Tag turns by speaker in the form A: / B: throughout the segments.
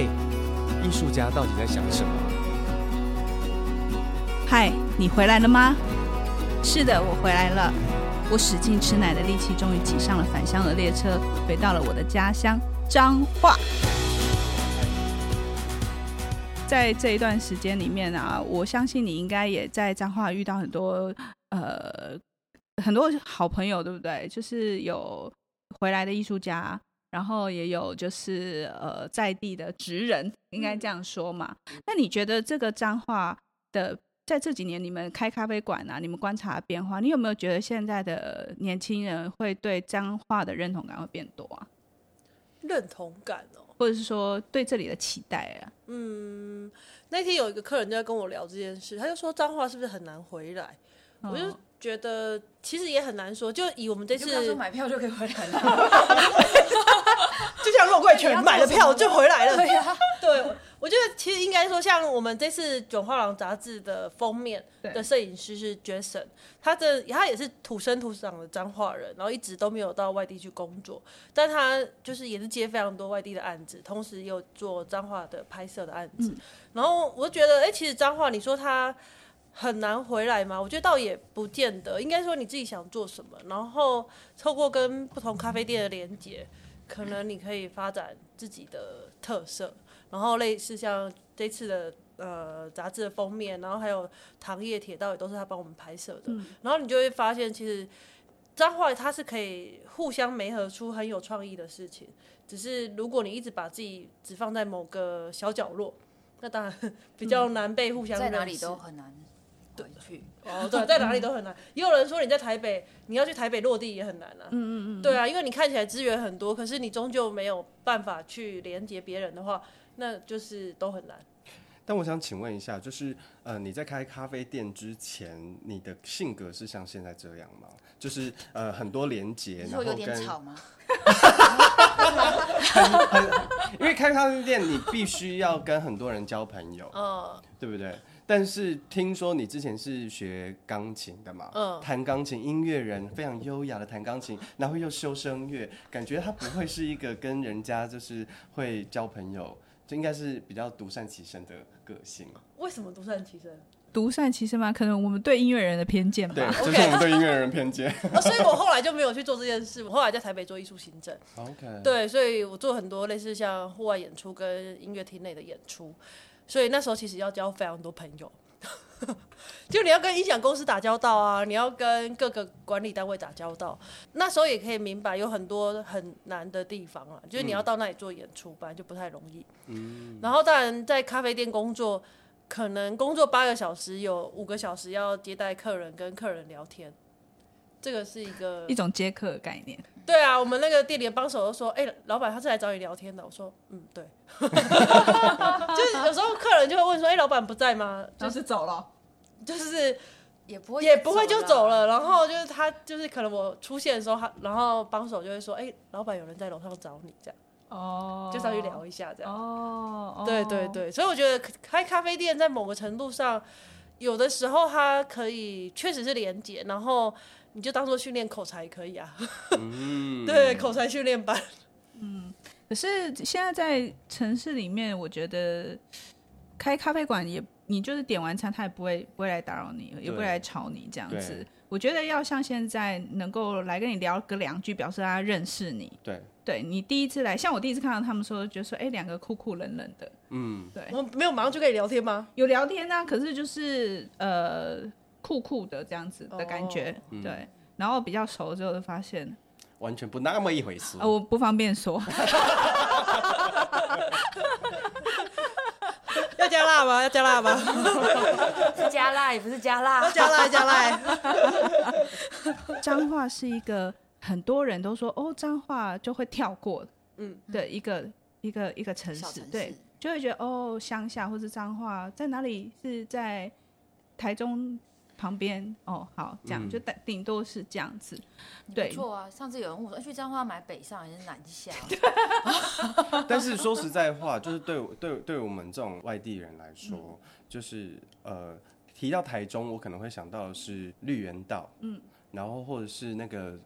A: 哎，艺术家到底在想什么？
B: 嗨，你回来了吗？是的，我回来了。我使劲吃奶的力气终于挤上了返乡的列车，回到了我的家乡彰化。在这一段时间里面啊，我相信你应该也在彰化遇到很多呃很多好朋友，对不对？就是有回来的艺术家，然后也有就是呃在地的职人，应该这样说嘛。那你觉得这个彰化的在这几年你们开咖啡馆啊，你们观察变化，你有没有觉得现在的年轻人会对彰化的认同感会变多啊？
C: 认同感哦。
B: 或者是说对这里的期待啊？
C: 嗯，那天有一个客人就在跟我聊这件事，他就说彰化是不是很难回来？我
B: 嗯
C: 就觉得其实也很难说，就以我们这次
D: 哦就跟他说买票就可以回来 了。
C: 就像肉桂犬买了票就回来了。
D: 对啊呀，
C: 对，我觉得其实应该说，像我们这次《囧画廊》杂志的封面
B: 对
C: 的摄影师是 Jason，他的他也是土生土长的彰化人，然后一直都没有到外地去工作，但他就是也是接非常多外地的案子，同时也有做彰化的拍摄的案子。然后我觉得，哎、其实彰化，你说他。很难回来吗？我觉得倒也不见得，应该说你自己想做什么，然后透过跟不同咖啡店的连接，可能你可以发展自己的特色，然后类似像这次的呃杂志的封面，然后还有糖业铁道也都是他帮我们拍摄的，然后你就会发现其实彰化它是可以互相媒合出很有创意的事情，只是如果你一直把自己只放在某个小角落。那当然比较难被互相
D: 在哪
C: 认
D: 里
C: 识
D: 都很难回去。
C: 哦，对，在哪里都很难。也有人说你在台北，你要去台北落地也很难啊。嗯嗯嗯，对啊，因为你看起来资源很多，可是你终究没有办法去连接别人的话，那就是都很难。
A: 但我想请问一下，就是呃，你在开咖啡店之前，你的性格是像现在这样吗？就是呃，很多连结，
D: 你
A: 然
D: 说
A: 后
D: 有点
A: 跟
D: 吵吗？
A: 因为开咖啡店，你必须要跟很多人交朋友，
C: 嗯，
A: 对不对？但是听说你之前是学钢琴的嘛，
C: 嗯
A: 弹钢琴音乐人非常优雅的弹钢琴，然后又修声乐，感觉他不会是一个跟人家就是会交朋友，就应该是比较独善其身的个性。
C: 为什么独善其身？
B: 独善其身吗？可能我们对音乐人的偏见 吧。
A: 对，这是我们对音乐人偏 见。
C: 哦，所以我后来就没有去做这件事。我后来在台北做艺术行政，
A: OK，，
C: 对，所以我做很多类似像户外演出跟音乐厅内的演出，所以那时候其实要交非常多朋友。 就你要跟音响公司打交道啊，你要跟各个管理单位打交道。那时候也可以明白，有很多很难的地方啊，就是你要到那里做演出，本来就不太容易。嗯。然后当然在咖啡店工作，可能工作八个小时，有五个小时要接待客人，跟客人聊天。这个是一个
B: 一种接客的概念，
C: 对啊，我们那个店里的帮手都说：“哎、老板，他是来找你聊天的。”我说：“嗯，对。” 就是有时候客人就会问说：“哎、老板不在吗
B: 就是走了。？”
C: 就是
D: 也不会，
C: 也不会就走。了。然后就是他就是可能我出现的时候，他然后帮手就会说：“哎、老板有人在楼上找你。”这样
B: 哦，
C: 就上去聊一下这样。
B: 哦，哦
C: 对对，对，所以我觉得开咖啡店在某个程度上，有的时候它可以确实是连接，然后你就当做训练口才也可以啊。 对，口才训练班。
B: 可是现在在城市里面，我觉得开咖啡馆也，你就是点完餐，他也不会不会来打扰你，也不会来吵你这样子
A: 对。
B: 我觉得要像现在能够来跟你聊个两句，表示他认识你。
A: 对，
B: 对你第一次来，像我第一次看到他们说，觉得说，哎，两个酷酷冷冷的，
A: 嗯，
C: 我们没有马上就可以聊天吗？
B: 有聊天啊，可是就是呃酷酷的这样子的感
D: 哦
B: 觉，对。然后比较熟之后就发现，
A: 完全不那么一回事。
B: 啊、我不方便说，
D: 哦
C: 要加辣吗？要加辣吗？
D: 是加辣也不是加辣，
C: 加 辣加辣。
B: 彰化是一个很多人都说哦，彰化就会跳过，嗯，的一个一个一个城
D: 小
B: 市，
D: 城市
B: 对，就会觉得哦，乡下或是彰化在哪里是在台中旁边哦，好，这样、
A: 嗯
B: 就顶顶多是这样子。
D: 没
B: 对
D: 错啊。上次有人问我说，哎去彰化买北上还是南下？
A: 但是说实在话，就是对我对对我们这种外地人来说，
B: 嗯
A: 就是呃，提到台中，我可能会想到的是绿园道，嗯，然后或者是那个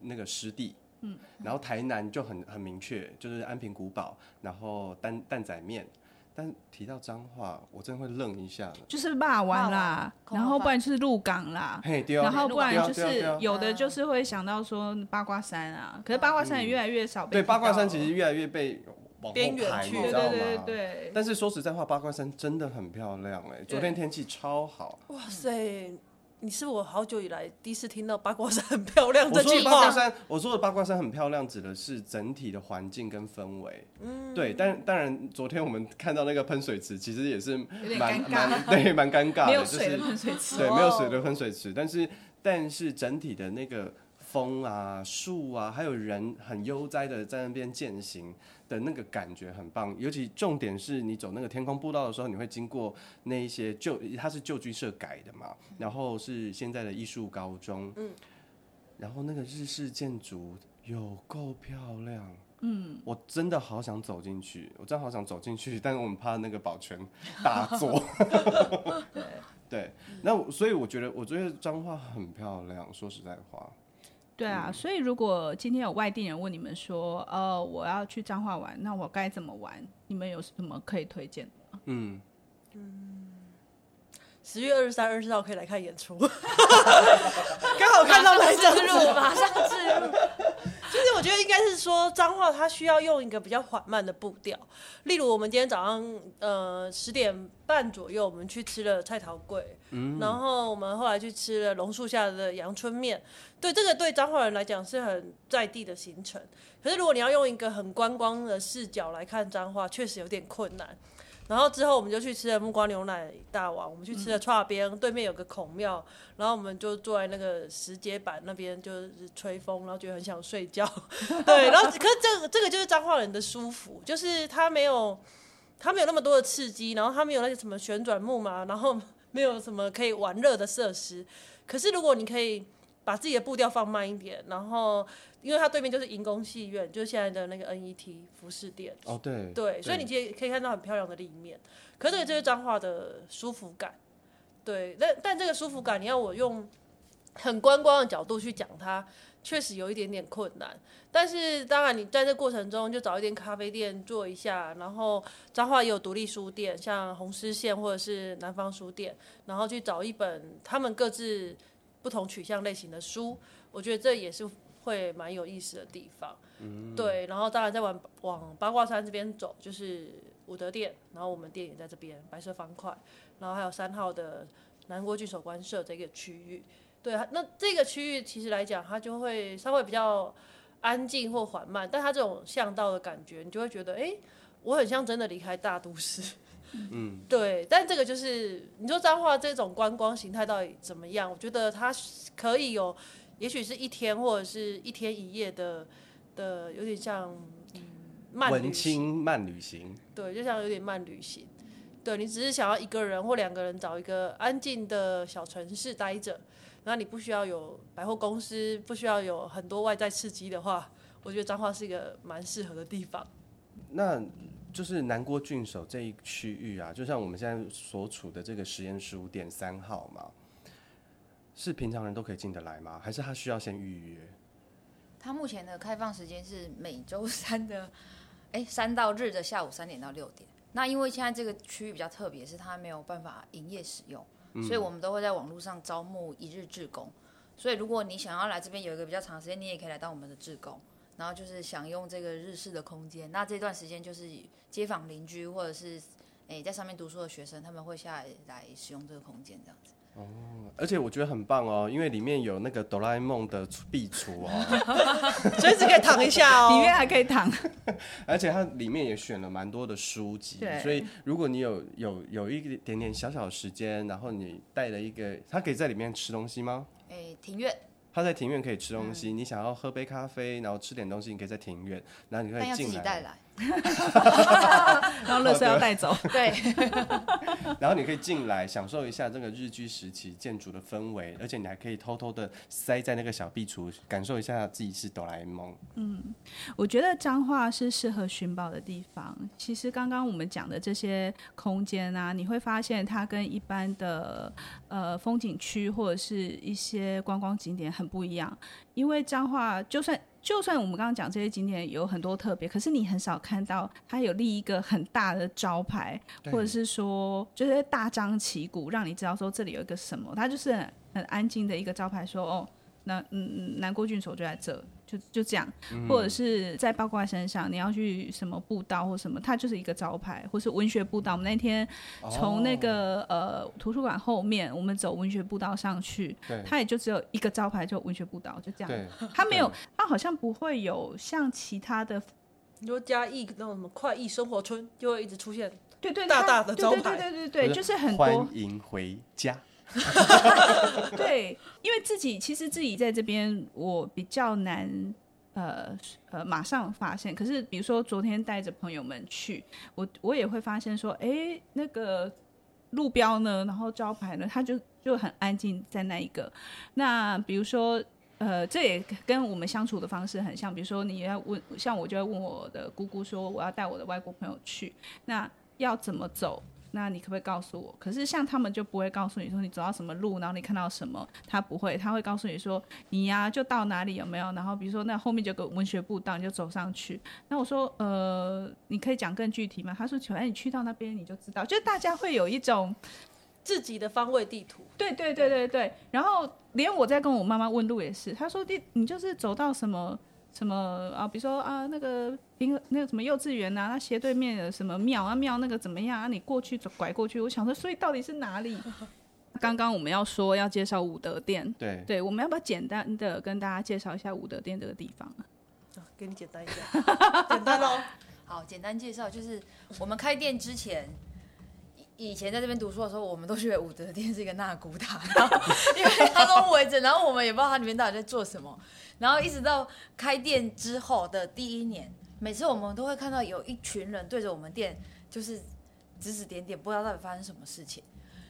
A: 那个湿地，嗯，然后台南就很很明确，就是安平古堡，然后蛋蛋仔面。但提到彰化，我真的会愣一下了。
B: 就是骂完啦，
D: 骂完
B: 然后不然就是鹿港啦，
A: 嘿，对啊
B: 然后不然就
A: 对啊对啊
B: 是
A: 对啊
B: 有的就是会想到说八卦山啊，可是八卦山也越来越少被
A: 嗯对
B: 提到
A: 八卦山其实越来越被往后
C: 边缘
A: 排，
C: 去
A: 你
B: 对
A: 知
B: 对
A: 道吗？
B: 对对对，
A: 但是说实在话，八卦山真的很漂亮哎、昨天天气超好。
C: 哇塞，你是我好久以来第一次听到八卦山很漂亮
A: 我
C: 这
A: 说的
C: 句
A: 八卦
C: 话。
A: 山，我说的八卦山很漂亮，指的是整体的环境跟氛围。嗯，对，但当然，昨天我们看到那个喷水池，其实也是
B: 有点
A: 蛮
B: 尴尬，
A: 蛮对，蛮尴尬
B: 没
A: 的，
B: 有
A: 就
B: 水
A: 是
B: 的喷 水池。
A: 对没有水的喷水池，但是但是整体的那个风啊、树啊，还有人很悠哉的在那边践行的那个感觉很棒。尤其重点是你走那个天空步道的时候，你会经过那一些旧，它是旧居社改的嘛，然后是现在的艺术高中，嗯，然后那个日式建筑有够漂亮。嗯，我真的好想走进去，我真的好想走进去，但是我们怕那个保全大作， 对，那我所以我觉得，我觉得彰化很漂亮。说实在话，
B: 对
A: 嗯
B: 啊，所以如果今天有外地人问你们说，呃，我要去彰化玩，那我该怎么玩？你们有什么可以推荐的？
A: 嗯，
C: 十月二十三、二十四号可以来看演 出， 刚好看到来这
D: 置
C: 路
D: 入，马上置入。
C: 其实我觉得应该是说脏话，它需要用一个比较缓慢的步调。例如，我们今天早上呃十点半左右，我们去吃了菜桃粿，然后我们后来去吃了榕树下的阳春面。对，这个对彰化人来讲是很在地的行程。可是如果你要用一个很观光的视角来看彰化，确实有点困难。然后之后我们就去吃了木瓜牛奶大王，我们去吃了串边、对面有个孔庙，然后我们就坐在那个石阶板那边，就是吹风，然后觉得很想睡觉。 对，然后可是这个这个就是彰化人的舒服，就是他没有他没有那么多的刺激，然后他没有那些什么旋转木马，然后没有什么可以玩乐的设施。可是如果你可以把自己的步调放慢一点，然后因为它对面就是银宫戏院，就是现在的那个 NET 服饰店，
A: 哦对，
C: 对，所以你其实可以看到很漂亮的另一面。可是这个就是彰化的舒服感，对，但但这个舒服感，你要我用很观光的角度去讲它，确实有一点点困难。但是当然，你在这过程中就找一间咖啡店坐一下，然后彰化也有独立书店，像红丝线或者是南方书店，然后去找一本他们各自不同取向类型的书，我觉得这也是会蛮有意思的地方。对，然后当然再往往八卦山这边走，就是武德殿，然后我们店也在这边，白色方块，然后还有三号的南国郡守官舍这个区域。对，那这个区域其实来讲，它就会稍微比较安静或缓慢，但它这种巷道的感觉，你就会觉得，哎，我很像真的离开大都市。嗯，对，但这个就是你说彰化这种观光形态到底怎么样？我觉得它可以有，也许是一天或者是一天一夜的的，有点像、嗯、慢旅
A: 文
C: 行
A: 青慢旅行，
C: 对，就像有点慢旅行。对你只是想要一个人或两个人找一个安静的小城市待着，然后你不需要有百货公司，不需要有很多外在刺激的话，我觉得彰化是一个蛮适合的地方。
A: 那就是南郭郡守这一区域啊，就像我们现在所处的这个实验书店三号嘛，是平常人都可以进得来吗？还是他需要先预约？
D: 它目前的开放时间是每周三的，哎，三到日的下午三点到六点。那因为现在这个区域比较特别，是它没有办法营业使用，
A: 嗯
D: 所以我们都会在网络上招募一日志工。所以如果你想要来这边有一个比较长时间，你也可以来当我们的志工，然后就是享用这个日式的空间。那这段时间就是街坊邻居或者是哎在上面读书的学生，他们会下来来使用这个空间这样子。
A: 而且我觉得很棒哦，因为里面有那个哆啦 A 梦的壁橱哦，
C: 随时可以躺一下
B: 里
C: 哦
B: 面。还可以躺，
A: 而且它里面也选了蛮多的书籍，
B: 对
A: 所以如果你有有有一点点小小的时间，然后你带了一个，它可以在里面吃东西吗？
D: 哎，庭院，
A: 他在
B: 嗯
A: 庭院可以吃东西，你想要喝杯咖啡，然后吃点东西，你可以在庭院，然后你可
D: 但
A: 以
D: 要自
A: 进
D: 己带
A: 来。
D: 来。
B: 然后乐色要带走。
D: 对，
A: 然后你可以进来享受一下这个日居时期建筑的氛围，而且你还可以偷偷的塞在那个小壁橱，感受一下自己是哆啦 A 梦。
B: 我觉得彰化是适合寻宝的地方。其实刚刚我们讲的这些空间啊，你会发现它跟一般的呃风景区或者是一些观光景点很不一样。因为彰化就算就算我们刚刚讲这些景点有很多特别，可是你很少看到它有立一个很大的招牌，
A: 对
B: 或者是说就是大张旗鼓让你知道说这里有一个什么，它就是很很安静的一个招牌说哦。那嗯，嗯南郭郡守就在这，就就这样。
A: 嗯
B: 或者是在八卦山上，你要去什么步道或什么，它就是一个招牌，或是文学步道。我们那天从那个、
A: 哦
B: 呃图书馆后面，我们走文学步道上去，
A: 对
B: 它也就只有一个招牌，就文学步道，就这样。
A: 对，
B: 它没有，它好像不会有像其他的，
C: 你说嘉义那种什么快意生活村，就会一直出现。
B: 对对，
C: 大
B: 它
C: 大的招牌
B: 对对对对对对，就是很
A: 欢
B: 多
A: 迎回家。
B: 对，因为自己其实自己在这边我比较难。呃呃，马上发现。可是，比如说昨天带着朋友们去，我我也会发现说，哎，那个路标呢，然后招牌呢，它就就很安静在那一个。那比如说，呃，这也跟我们相处的方式很像。比如说，你要问，像我就会问我的姑姑说，我要带我的外国朋友去，那要怎么走？那你可不可以告诉我？可是像他们就不会告诉你说你走到什么路，然后你看到什么，他不会，他会告诉你说你呀、就到哪里有没有？然后比如说那后面就有个文学步道，你就走上去。那我说呃，你可以讲更具体吗？他说，请问你去到那边你就知道，就是大家会有一种
C: 自己的方位地图，
B: 对对对对对。然后连我在跟我妈妈问路也是，她说你你就是走到什么什么啊，比如说啊那个平那个什么幼稚园呐、啊，那斜对面有什么庙啊庙那个怎么样啊，你过去走拐过去。我想说，所以到底是哪里？刚刚我们要说要介绍武德殿，
A: 对，
B: 对，我们要不要简单的跟大家介绍一下武德殿这个地方？
C: 啊给你简单一点，简单喽。
D: 好，简单介绍就是我们开店之前。以以前在这边读书的时候，我们都觉得武德殿是一个纳古塔，然后因为它都围着，然后我们也不知道它里面到底在做什么。然后一直到开店之后的第一年，每次我们都会看到有一群人对着我们店就是指指点点，不知道到底发生什么事情。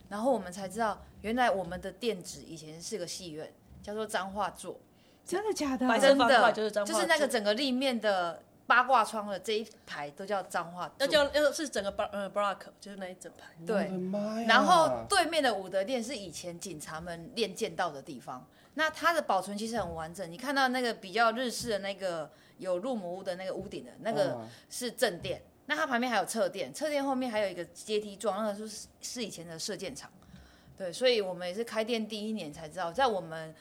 D: 然后我们才知道，原来我们的店址以前是个戏院，叫做彰化座。
B: 真的假的？
C: 白色
D: 真
C: 方块
D: 的
C: 就是彰化
D: 那个
C: 柱
D: 整个立面的八卦窗的这一排都叫彰化柱
C: 那叫嗯要是整个 blo 呃 block 就是那一整排，
D: 对
A: 我的。妈呀！
D: 然后对面的武德殿是以前警察们练剑道的地方，那它的保存其实很完整。你看到那个比较日式的那个有入母屋的那个屋顶的那个
A: 嗯
D: 是正殿，那它旁边还有侧殿，侧殿后面还有一个阶梯状，那个是是以前的射箭场。对，所以我们也是开店第一年才知道，在我们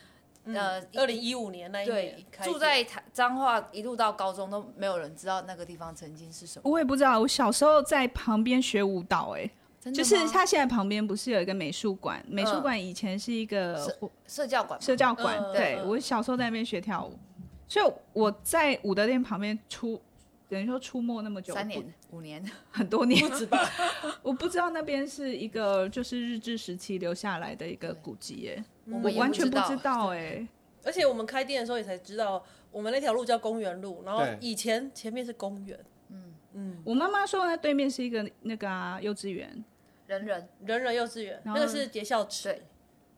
D: 呃
C: 嗯二零一五年那一
D: 对
C: 年开
D: 住
C: 店
D: 在台彰化一路到高中都没有人知道那个地方曾经是什么，
B: 我也不知道，我小时候在旁边学舞蹈、哎。
D: 真的
B: 就是
D: 吗
B: 它现在旁边不是有一个美术馆？美术馆以前是一个
D: 是社教馆嘛
B: 社教馆，
C: 嗯
B: 对
C: 嗯
B: 我小时候在那边学跳舞，所以我在武德殿旁边出，等于说出没那么久，
D: 三
B: 不
D: 年五年，
B: 很多年
C: 不，止吧？
B: 我不知道那边是一个就是日治时期留下来的一个古迹耶，
D: 嗯我
B: 嗯我
D: 们也
B: 完全不知
D: 知啊
B: 道哎，
C: 而且我们开店的时候也才知道，我们那条路叫公园路，然后
A: 对
C: 以前前面是公园，
B: 我妈妈说她对面是一个那个啊幼稚园，
D: 人人
C: 人人幼稚园，
B: 然
C: 那
B: 后
C: 个是杰校池
D: 对，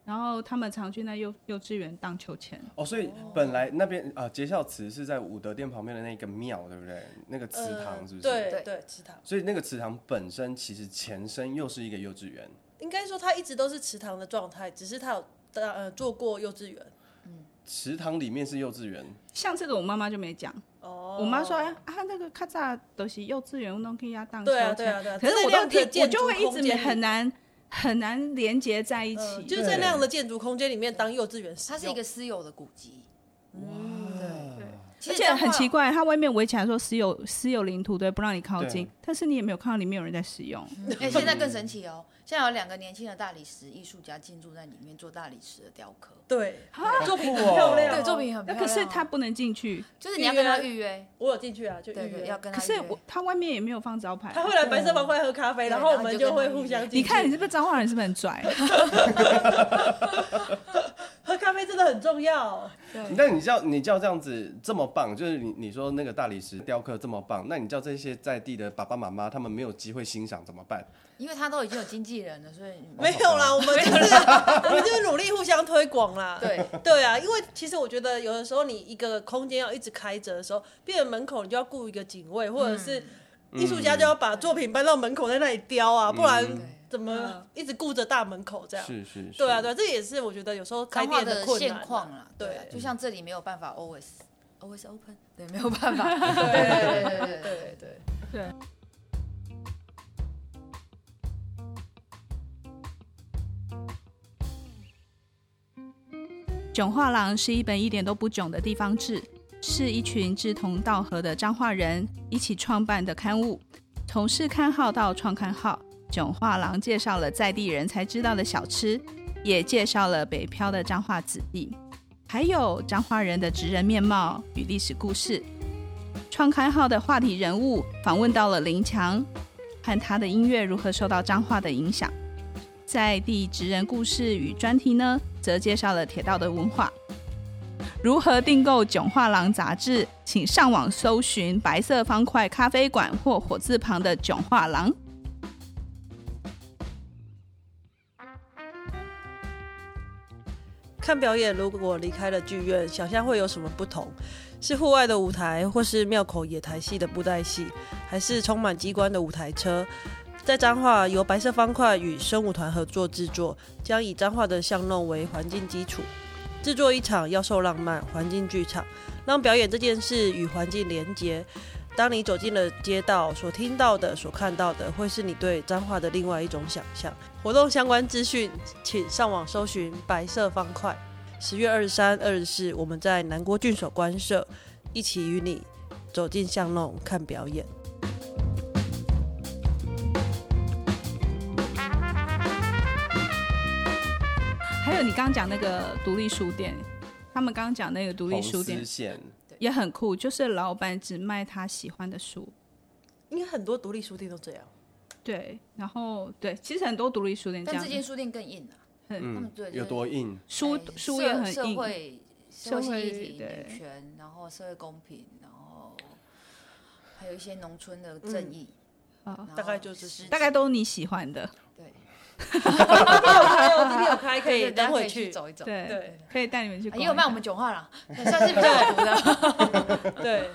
B: 然后他们常去那幼幼稚园荡秋千，
A: 哦，所以本来那边啊，结孝祠是在武德殿旁边的那个庙，对不对？那个祠堂是不是？
C: 呃对
D: 对
C: 对，祠堂。
A: 所以那个祠堂本身其实前身又是一个幼稚园，
C: 应该说它一直都是池塘的状态，只是它有呃呃做过幼稚园。
A: 祠堂里面是幼稚园，
B: 像这个我妈妈就没讲。
C: 哦
B: 我妈说啊，啊那个咔嚓都是幼稚园我弄给压荡秋
C: 对啊
B: 千，
C: 对啊对啊
B: 可是
C: 这
B: 我都
C: 样子的
B: 听，我
C: 建筑
B: 就会一直
C: 空间里
B: 很难很难连接在一
C: 呃
B: 起，
C: 就是在那样的建筑空间里面当幼稚园使
D: 它
C: 用，
D: 是一个私有的古迹，嗯，对，其
B: 而
D: 实
B: 且
D: 彰化
B: 很奇，怪，它外面围起来说私有私有领土对，不让你靠近
A: 对，
B: 但是你也没有看到里面有人在使用，
C: 嗯
D: 哎，现在更神奇哦，现在有两个年轻的大理石艺术家进驻在里面做大理石的雕刻，
C: 对，作品
A: 酷
C: 很
A: 哦
C: 漂亮、
D: 对，作。品很漂
B: 那
D: 亮哦，
B: 可是它不能进去，
D: 就是你要跟他预约，
C: 我有进去啊，就预
D: 对对，
C: 约
D: 要。跟他
B: 可
D: 预约，
B: 是我它外面也没有放招牌
C: 他。会来白色方块喝咖啡，
D: 对
C: 然后我
D: 然后
C: 们
D: 你就
C: 就
D: 跟
C: 会
D: 他
C: 互相
B: 你
C: 进去。
B: 看你是不是彰化人，是不是很拽？
C: 喝咖啡真的这很重要。
A: 那你叫你叫这样子这么棒，就是你你说那个大理石雕刻这么棒，那你叫这些在地的爸爸妈妈他们没有机会欣赏怎么办？
D: 因为他都已经有经纪人了，所以
C: 没有啦，我们就是我们就是努力互相推广啦。
D: 对
C: 对啊，因为其实我觉得有的时候你一个空间要一直开着的时候，变成门口你就要雇一个警卫，或者
A: 嗯
C: 是艺术家就要把作品搬到门口在那里雕啊，不然
D: 对
C: 怎么一直顾着大门口这样？
A: 嗯是是是，
C: 对啊，对啊，这也是我觉得有时候开
D: 彰化
C: 店
D: 的
C: 困
D: 现
C: 难
D: 况
C: 啊。
D: 啦，对啊，
C: 对
D: 就像这里没有办法 always always open，对，没有办法，对对对对对对对。
B: 囧画廊是一本一点都不囧的地方志，是一群志同道合的彰化人一起创办的刊物。从试刊号到创刊号，囧画廊介绍了在地人才知道的小吃，也介绍了北漂的彰化子弟，还有彰化人的职人面貌与历史故事。创刊号的话题人物访问到了林强，和他的音乐如何受到彰化的影响。在地职人故事与专题呢，则介绍了铁道的文化。如何订购《囧画廊》杂志？请上网搜寻白色方块咖啡馆或火字旁的“囧画廊”。
C: 看表演，如果离开了剧院，想象会有什么不同？是户外的舞台，或是庙口野台戏的布袋戏，还是充满机关的舞台车？在彰化，由白色方块与生舞团合作制作，将以彰化的巷弄为环境基础，制作一场要受浪漫环境剧场，让表演这件事与环境连结。当你走进了街道，所听到的、所看到的，会是你对彰化的另外一种想象。活动相关资讯，请上网搜寻“白色方块”。十月二十三、二十四，我们在南国郡守官舍，一起与你走进巷弄看表演。
B: 还有你刚刚讲那个独立书店，他们刚刚讲那个独立
A: 红
B: 书
A: 丝
B: 店
A: 线，
B: 也很酷，就是老板只卖他喜欢的书。
C: 应该很多独立书店都这样。
B: 对，然后对，其实很多独立书店这
D: 但
B: 样
D: 这，间书店更硬啊，他
A: 嗯
D: 们对，
A: 有多硬？
B: 书
D: 哎
B: 书
D: 社
B: 也很
D: 社
B: 硬，
D: 会社会
B: 社会
D: 议题、
B: 对
D: 女权，然后社会公平，然后还有一些农村的正义，
B: 啊
D: 然后
C: 大概就这些
D: 实质
B: 大概都你喜欢的，
D: 对，
C: 还有今天有啊开可
D: 哦对
C: 以
D: 大
C: 等
D: 家可
C: 回
D: 以
C: 去
D: 去。走一走，
B: 对，
C: 对
B: 可以带你们去
D: 啊
B: 逛一下。
D: 也有卖我们囧话啦，对算是比较有毒的。
C: 对，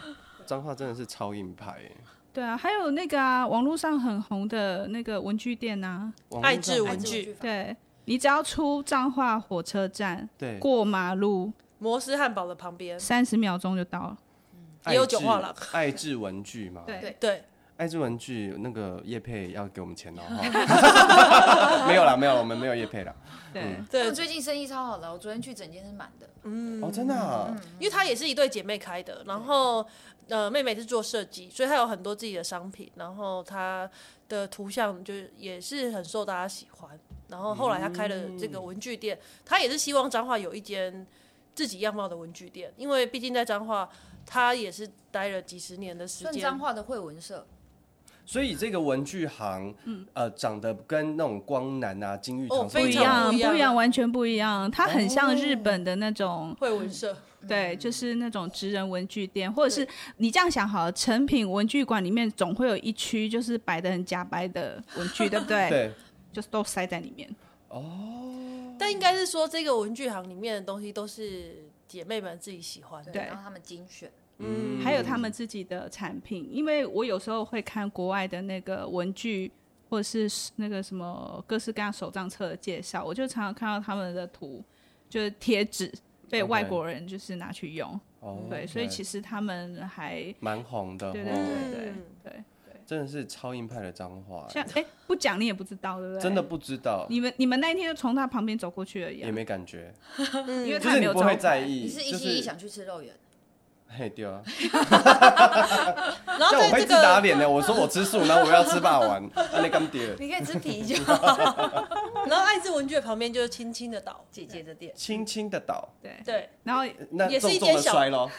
A: 脏话真的是超硬派耶，
B: 对啊，还有那个啊，网络上很红的那个文具店啊，
A: 网络
C: 爱智
A: 上
C: 文具
B: 对啊你只要出彰化火车站，
A: 对
B: 过马路
C: 摩斯汉堡的旁边
B: 三十秒钟就到了。
C: 也有
A: 爱智
C: 囧话廊
A: 爱智文具嘛，
B: 对，
C: 对，
A: 爱智文具那个叶配要给我们钱哦，哈 没有啦没有啦，我们没有叶配啦，
B: 对，嗯
D: 他
C: 对
D: 们，最近生意超好的，我昨天去整间是满的。
A: 哦真的啊，
C: 因为她也是一对姐妹开的，然后呃，妹妹是做设计，所以她有很多自己的商品，然后她的图像就是也是很受大家喜欢。然后后来她开了这个
D: 嗯
C: 文具店，她也是希望彰化有一间自己样貌的文具店，因为毕竟在彰化，她也是待了几十年的时
D: 顺彰
C: 间。
D: 化的惠文社，
A: 所以这个文具行，呃，长得跟那种光南啊、金玉
C: 哦
A: 堂
B: 不
C: 非
B: 一
C: 常
B: 样，
C: 不一样
B: 不一样，完全不一样。它很像日本的那种，
C: 惠文社，
B: 对，就是那种职人文具店，或者是你这样想好了，成品文具馆里面总会有一区就是摆的很假白的文具，对不对？，
A: 对，
B: 就是都塞在里面。
D: 嗯
C: 但应该是说这个文具行里面的东西都是姐妹们自己喜欢的。
B: 对
D: 然后他们精选，
B: 还
A: 嗯
B: 有他们自己的产品，因为我有时候会看国外的那个文具或者是那个什么各式各样手账册的介绍，我就常常看到他们的图，就是贴纸被
A: OK
B: 外国人就是拿去用
A: 哦，
B: 对，所以其
A: 实
B: 实他们还
A: 蛮红的，
B: 对对
A: 哦
B: 对对
C: 嗯
B: 对，
A: 真的是超硬派的脏话，
B: 像哎、不讲你也不知道，对不对？
A: 真的不知道，
B: 你们你们那一天就从他旁边走过去而已、
A: 也
B: 啊，
A: 没感觉，
B: 因
A: 就
B: 为他
A: 是
B: 也没
A: 你
B: 有
A: 不
B: 走
A: 会
B: 过
A: 在
B: 来
A: 意，
D: 你是一
A: 就
D: 心一想去吃肉圆，
A: 嘿对啊，
C: 然后
A: 这样我
C: 在
A: 会
C: 这
A: 自打
C: 个
A: 脸的。我说我吃素，然后我要吃霸王， 啊那你干爹
D: 你可以吃啤酒。
C: 然后爱之文具的旁边就是青青的岛，
D: 姐姐的店，
A: 轻轻的倒，
B: 对，
C: 对，
B: 然后
A: 那
C: 也是
A: 重
C: 一
A: 重
C: 间
A: 的
C: 小
A: 摔咯。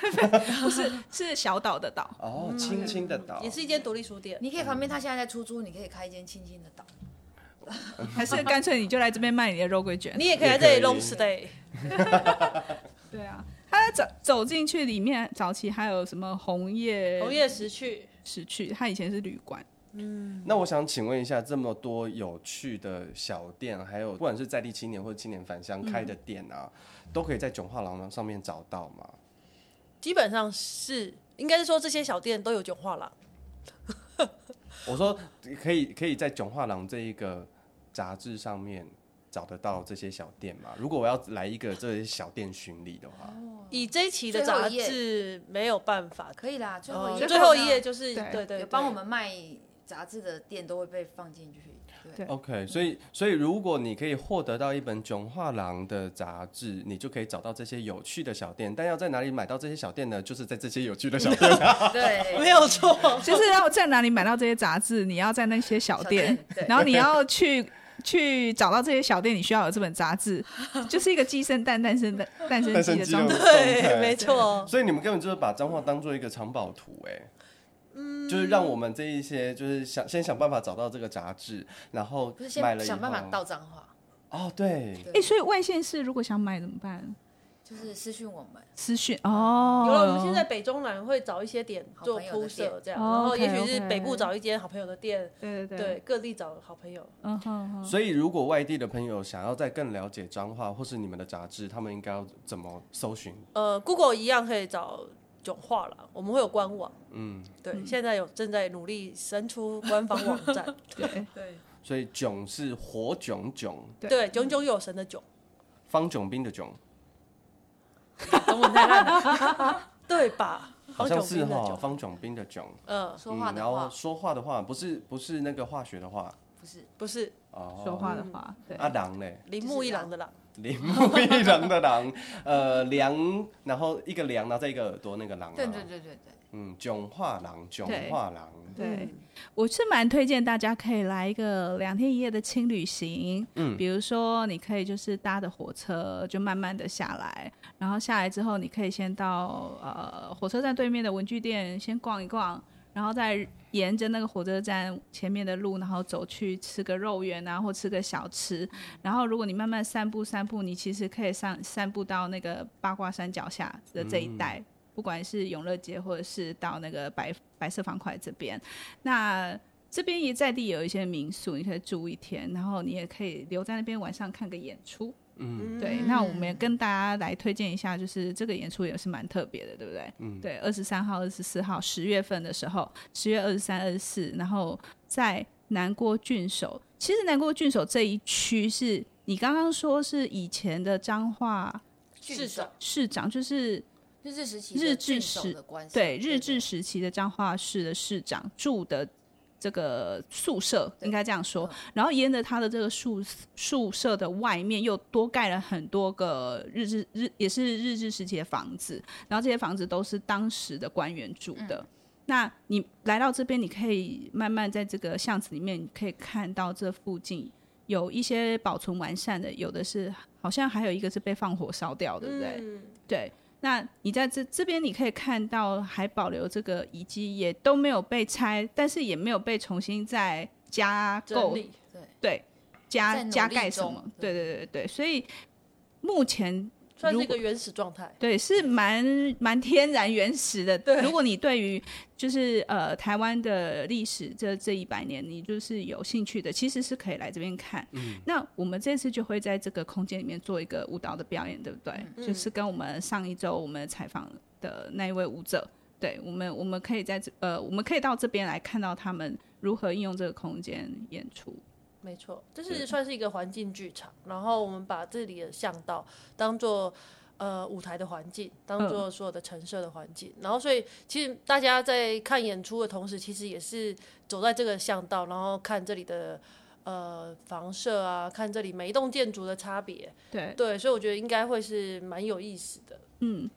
B: 是小岛的岛，
A: 哦，轻轻的倒
C: 嗯也，是一间独立书店。
D: 你可以旁边
A: 嗯
D: 他现在在出租，你可以开一间清清的岛。
B: 还是干脆你就来这边卖你的肉桂卷？
C: 你也可以在这里 long stay，
B: 对啊，他走走进去里面，早期还有什么红叶
C: 红叶识趣，
B: 石去，它以前是旅馆。
A: 那我想请问一下，这么多有趣的小店，还有不管是在地青年或者青年返乡
C: 嗯
A: 开的店啊，都可以在囧画廊上面找到吗？
C: 基本上是应该是说这些小店都有囧画廊，
A: 我说可以，可以在囧画廊这一个杂志上面找得到这些小店吗？如果我要来一个这些小店巡礼的话，
C: 以这一期的
D: 最后
C: 杂
D: 一页
C: 志没有办法。
D: 哦可以啦，最后一
B: 哦
C: 呃
D: 页、
C: 最后一页就是
B: 对
C: 对对对，
D: 有帮我们卖杂志的店都会被放进去。对，
A: OK，所以所以如果你可以获得到一本囧画廊的杂志，你就可以找到这些有趣的小店。但要在哪里买到这些小店呢？就是在这些有趣的小 店。
D: 对，
C: 没有错，
B: 就是要在哪里买到这些杂志，你要在那些小店，
D: 小店对
B: 然后你要去去找到这些小店，你需要有这本杂志，就是一个鸡生蛋，蛋生蛋，蛋生
A: 蛋
B: 鸡
A: 生
B: 的
A: 鸡
B: 状
A: 肉
B: 态。
C: 对，没错。
A: 所以你们根本就是把彰化当做一个藏宝图、哎。就是让我们这一些，就是想先想办法找到这个杂志，然后
D: 不是
A: 买了
D: 先
A: 以
D: 想办法
A: 后
D: 到脏话，
A: 哦，对，
D: 对
B: 哎、所以外县市如果想买怎么办？
D: 就是私讯我们。
B: 私讯哦。
C: 有了，我们现在北中南会找一些点
D: 好
C: 做
D: 朋友的
C: 铺设，
D: 店
C: 这样，
B: 哦
C: 然后也许
B: OK，OK
C: 是北部找一间好朋友的店，
B: 对对
C: 对，，各地找好朋友。
B: 嗯哼哼。
A: 所以，如果外地的朋友想要再更了解彰化或是你们的杂志，他们应该要怎么搜寻？
C: 呃，Google 一样可以找囧画廊，我们会有官网。嗯，对，现在有正在努力生出官方网 站。
B: 对，
D: 对，
A: 所以，囧是火囧囧，
B: 对
C: 对，炯炯有神的炯。
A: 方炯斌的囧，
D: 中文太烂了，
C: 对吧？
A: 好像是
C: 黄炯斌的
A: 哈，
C: 炯
A: 方炯斌的囧。
C: 嗯，
D: 说话
A: 嗯，
D: 的
A: 然后
D: 话
A: 说话的话，不是不是那个化学的话
D: 不是
C: 不是
A: 哦。
B: 说话的话，对，
A: 阿郎嘞，
C: 铃木一郎的郎，
A: 铃木一郎的郎， 呃，梁，然后一个梁，然后再一个耳朵那个郎、啊。
D: 对对对对对，嗯
A: 嗯，囧画廊，囧
B: 对
A: 画廊。
B: 对，我是蛮推荐大家可以来一个两天一夜的轻旅行。嗯，比如说你可以就是搭的火车，就慢慢的下来，然后下来之后，你可以先到呃火车站对面的文具店先逛一逛，然后再沿着那个火车站前面的路，然后走去吃个肉圆啊，或吃个小吃。然后如果你慢慢散步散步，你其实可以散散步到那个八卦山脚下的这一带。不管是永乐街，或者是到那个白白色方块这边，那这边也在地有一些民宿，你可以住一天，然后你也可以留在那边晚上看个演出。嗯，对。那我们也跟大家来推荐一下，就是这个演出也是蛮特别的，对不对？嗯，对。二十三号、二十四号，十月份的时候，十月二十三、二十四，然后在南郭郡守。其实南郭郡守这一区是你刚刚说是以前的彰化
C: 是的，
B: 市长，就是
D: 日治时期的
B: 日治
D: 郡
B: 时
D: 守的关系，
B: 对日
D: 对
B: 治时期的彰化市的市长住的这个宿舍，应该这样说。
D: 嗯
B: 然后沿着他的这个宿宿舍的外面又多盖了很多个日治日也是日治时期的房子，然后这些房子都是当时的官员住的。
C: 嗯
B: 那你来到这边，你可以慢慢在这个巷子里面，你可以看到这附近有一些保存完善的，有的是好像还有一个是被放火烧掉的，对不对？
C: 嗯，
B: 对，那你在这这边你可以看到还保留这个遗迹，也都没有被拆，但是也没有被重新再加
C: 整
B: 构，
C: 理
B: 对，加
D: 在努力
B: 加盖什
D: 中
B: 么？对
D: 对
B: 对对对，所以目前
C: 算是
B: 如
C: 一
B: 果
C: 个原始状态。
B: 对，是蛮蛮天然原始的。
C: 对
B: 如果你对于就是呃台湾的历史这这一百年，你就是有兴趣的，其实是可以来这边看。嗯，那我们这次就会在这个空间里面做一个舞蹈的表演，对不对？
D: 嗯
B: 就是跟我们上一周我们采访的那一位舞者，对我们我们可以在这呃我们可以到这边来看到他们如何应用这个空间演出。
C: 没错，这是算是一个环境剧场，然后我们把这里的巷道当做呃舞台的环境，当做所有的陈设的环境，然后所以其实大家在看演出的同时，其实也是走在这个巷道，然后看这里的呃房舍啊，看这里每一栋建筑的差别，
B: 对，
C: 对，所以我觉得应该会是蛮有意思的。
B: 嗯，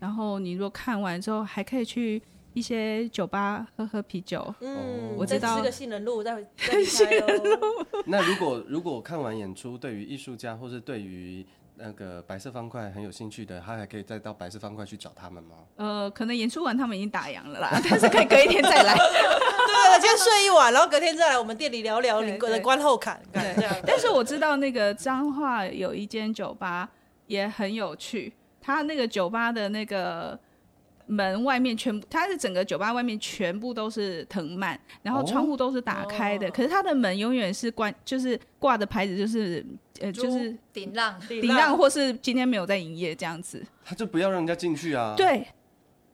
B: 然后你如果看完之后，还可以去一些酒吧喝喝啤酒。
C: 嗯，
B: 我知
C: 再
B: 道
C: 吃个杏仁露，再再离开喽。
A: 那如果如果看完演出，对于艺术家或是对于那个白色方块很有兴趣的，他还可以再到白色方块去找他们吗？
B: 呃，可能演出完他们已经打烊 了啦，但是可以隔一天再来。
C: 对，先睡一晚，然后隔天再来我们店里聊聊
B: 对
C: 你的
B: 对
C: 观后感，这样。
B: 但是我知道那个彰化有一间酒吧也很有趣，它那个酒吧的那个门外面全部，它是整个酒吧外面全部都是藤蔓，然后
A: 哦
B: 窗户都是打开
C: 哦
B: 的，可是它的门永远是关，就是挂的牌子就是呃
C: 猪
B: 就是
D: 顶浪
C: 顶
B: 顶让或是今天没有在营业这样子。
A: 他就不要让人家进去啊。，
B: 对。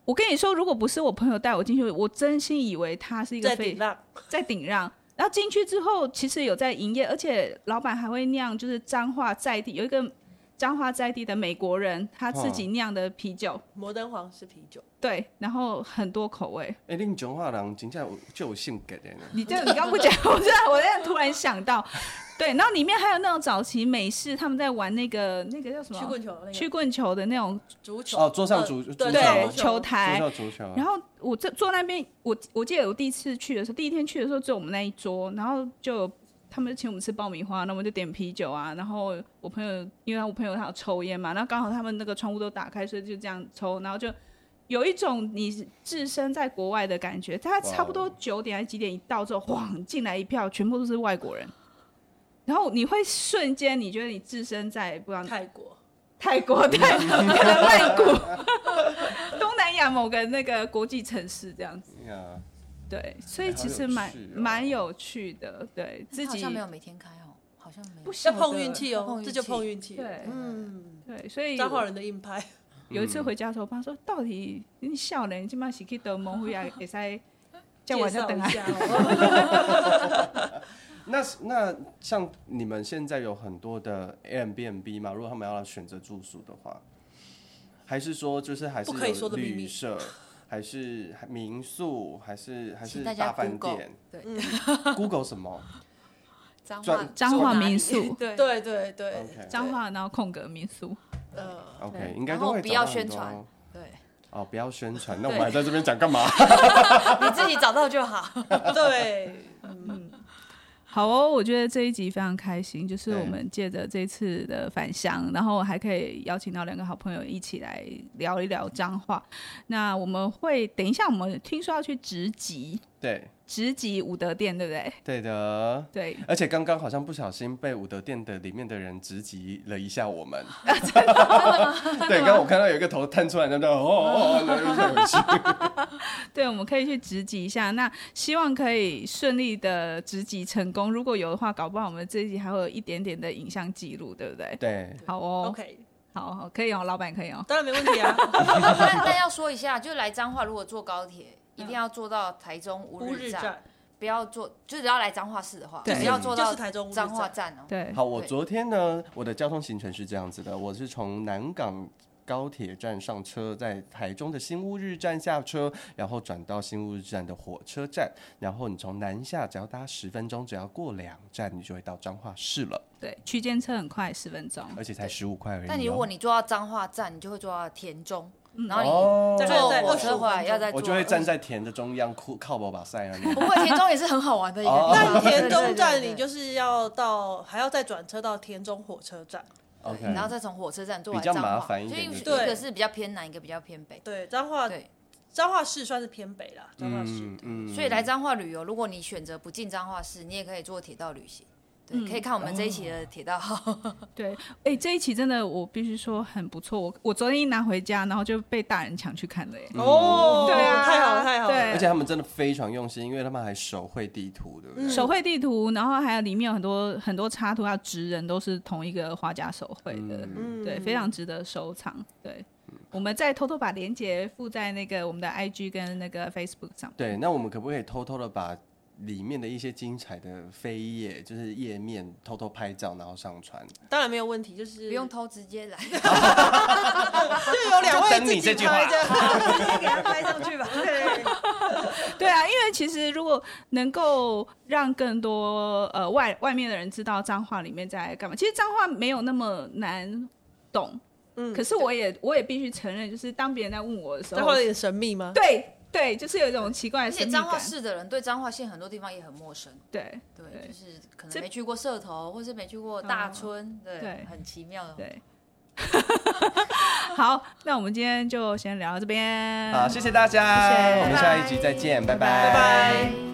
B: 我跟你说，如果不是我朋友带我进去，我真心以为它是一个
C: 在
B: 非
C: 顶浪，
B: 在顶让。然后进去之后，其实有在营业，而且老板还会酿，就是彰化在地有一个彰化在地的美国人，他自
C: 哦
B: 己酿的啤酒，
C: 摩登皇室啤酒，
B: 对，然后很多口 味。
A: 哎，令琼化郎真正有就有性格的呢。
B: 你这你刚不讲，我现在我现在突然想到，对，然后里面还有那种早期美式他们在玩那个那个叫什
C: 曲
B: 么啊
C: 棍球那
B: 曲
C: 个
B: 棍球的那种
C: 足球
A: 哦桌上足
C: 呃
A: 桌
C: 对
A: 上
B: 对
A: 足
B: 球台
A: 足，球足球，
B: 哎
A: 啊
B: 然后我这坐那边，我我记得我第一次去的时候，第一天去的时候只有我们那一桌，然后就他们就请我们吃爆米花，那我们就点啤酒啊。然后我朋友，因为我朋友他有抽烟嘛，然后刚好他们那个窗户都打开，所以就这样抽，然后就有一种你置身在国外的感觉。他差不多九点还是几点一到之后，晃进来一票，全部都是外国人。然后你会瞬间，你觉得你置身在不知道
C: 泰国，
B: 泰国、 泰可能曼谷、 东南亚某个那个国际城市这样子。
A: 呀
B: 对，所以
A: 哎好
B: 其实
A: 有
B: 蛮
A: 趣哦
B: 蛮有趣的，对自
D: 它好
B: 己
D: 像没有每天开哦，好像没有
C: 要
B: 不。晓得
C: 碰运气
D: 要碰
C: 哦
D: 运，
C: 这
D: 气
C: 就碰运气。
B: 对
C: 嗯，
B: 对，所以
C: 彰化
B: 我
C: 人的硬派，
B: 有一次回家的时候，我爸说：“到底你笑人，你今晚是去德蒙会啊，也在叫我
C: 介
B: 在
C: 绍
B: 等
C: 一
B: 啊。
C: 下哦
A: 那那像你们现在有很多的 Airbnb 嘛？如果他们要来选择住宿的话，还是说就是还是
C: 不可以说
A: 有
C: 的秘密
A: 旅社，还是民宿，还是还是
D: 请大家
A: 大饭
D: Google
A: 店
D: 对，
A: ？Google 什么？
D: 彰化
A: 转
B: 彰化民宿
D: 住哪里对
C: 对对对，
A: OK
B: 彰化，然后空格民宿，
C: 呃，
A: OK，
B: 对
A: 应该
D: 然
A: 都
D: 后
A: 会
D: 不
A: 找
D: 要
A: 到很
D: 宣
A: 多
D: 传 对，
A: 哦，不要宣传。那我
D: 对
A: 们还在这边讲干嘛？
D: 你自己找到就好。
C: 对，
B: 嗯。好哦，我觉得这一集非常开心，就是
A: 对
B: 我们借着这次的返乡，然后还可以邀请到两个好朋友一起来聊一聊彰化。那我们会等一下，我们听说要去直集，
A: 对
B: 直集武德殿，对不对？
A: 对的。
B: 对，
A: 而且刚刚好像不小心被武德殿的里面的人直击了一下 我们。 对，刚刚我看到有一个头探出来，然后就哦哦哦，然后又退 回去。
B: 对，我们可以去直击一下。那希望可以顺利的直击成功。如果有的话，搞不好我们这一集还会有一点点的影像记录，对不对？
A: 对，
B: 好哦
C: OK，
B: 好好，可以哦，老板可以哦。
C: 当然没问题啊，
D: 但但要说一下，就来彰化，如果坐高铁，一定要坐到台中乌
C: 嗯乌日
D: 站，
C: 站
D: 不要坐，就只要来彰化市的话，
B: 对
D: 只要坐
C: 就
D: 到
C: 是台中乌日
D: 彰化
C: 站，
D: 站哦。
B: 对，
A: 好，我
D: 对
A: 昨天呢，我的交通行程是这样子的，我是从南港。高铁站上车，在台中的新乌日站下车，然后转到新乌日站的火车站，然后你从南下只要搭十分钟，只要过两站，你就会到彰化市了，
B: 对，区间车很快，十分钟。
A: 而且才十五块而已、哦。
D: 但你如果你坐到彰化站，你就会坐到田中，
C: 嗯
D: 然后你
A: 哦，
C: 再
D: 坐
C: 再
D: 火车回来
C: 25
D: 要再坐
A: 我就会站在田的中央，哭靠我把塞那
D: 不
A: 里。
D: 过田中也是很好玩的一个地
C: 但
A: 哦
D: 方。
C: 田中站
D: 对
C: 你就是要到，还要再转车到田中火车站。
D: 对
A: OK，
D: 对然后再从火车站坐
A: 嗯比
D: 来
A: 较
D: 彰化
A: 麻烦一点
D: 所以一
C: 对
D: 个是比较偏南，一个比较偏北。
C: 对，彰化
D: 对，
C: 彰化市算是偏北啦，彰化市。
A: 嗯嗯，
D: 所以来彰化旅游，如果你选择不进彰化市，你也可以坐铁道旅行。对，
C: 嗯
D: 可以看我们这一
A: 哦
D: 期的铁道号。
B: 对，哎、这一期真的我必须说很不错。我我昨天一拿回家，然后就被大人抢去看了耶。
A: 嗯
C: 哦
B: 对啊
C: 太好了，太好
B: 对
C: 了。
A: 而且他们真的非常用心，因为他们还手绘地图，对不对？
B: 手绘地图，然后还有里面有很多很多插图，要职人都是同一个画家手绘的，
C: 嗯
B: 对，非常值得收藏。对，我们再偷偷把链接附在那个我们的 IG 跟那个 Facebook 上。
A: 对，那我们可不可以偷偷的把里面的一些精彩的扉页，就是页面偷偷拍照，然后上传？
C: 当然没有问题，就是
D: 不用偷，直接来。
C: 就有两位
A: 就等
C: 自己
A: 你这句话
C: 拍的， 直接给他拍上去吧。对，
B: 对啊，因为其实如果能够让更多呃外外面的人知道脏话里面在干嘛，其实脏话没有那么难懂。
C: 嗯
B: 可是我也我也必须承认，就是当别人在问我的时
C: 彰
B: 候
C: 化，有点神秘吗？
B: 对对，就是有一种奇怪的
D: 而且
B: 神秘
D: 彰化
B: 感。
D: 市的人对彰化县很多地方也很陌生，
B: 对
D: 对，
B: 对
D: 就是可
B: 这
D: 能
B: 哦
D: 没去过社头，或是没去过大村，对
B: 对，
D: 很奇妙的。
B: 对。 好，那我们今天就先聊到这边。
A: 好，谢谢大家，
B: 谢谢
A: 我们下一集再见，拜
B: 拜
C: 拜
A: 拜
C: 拜。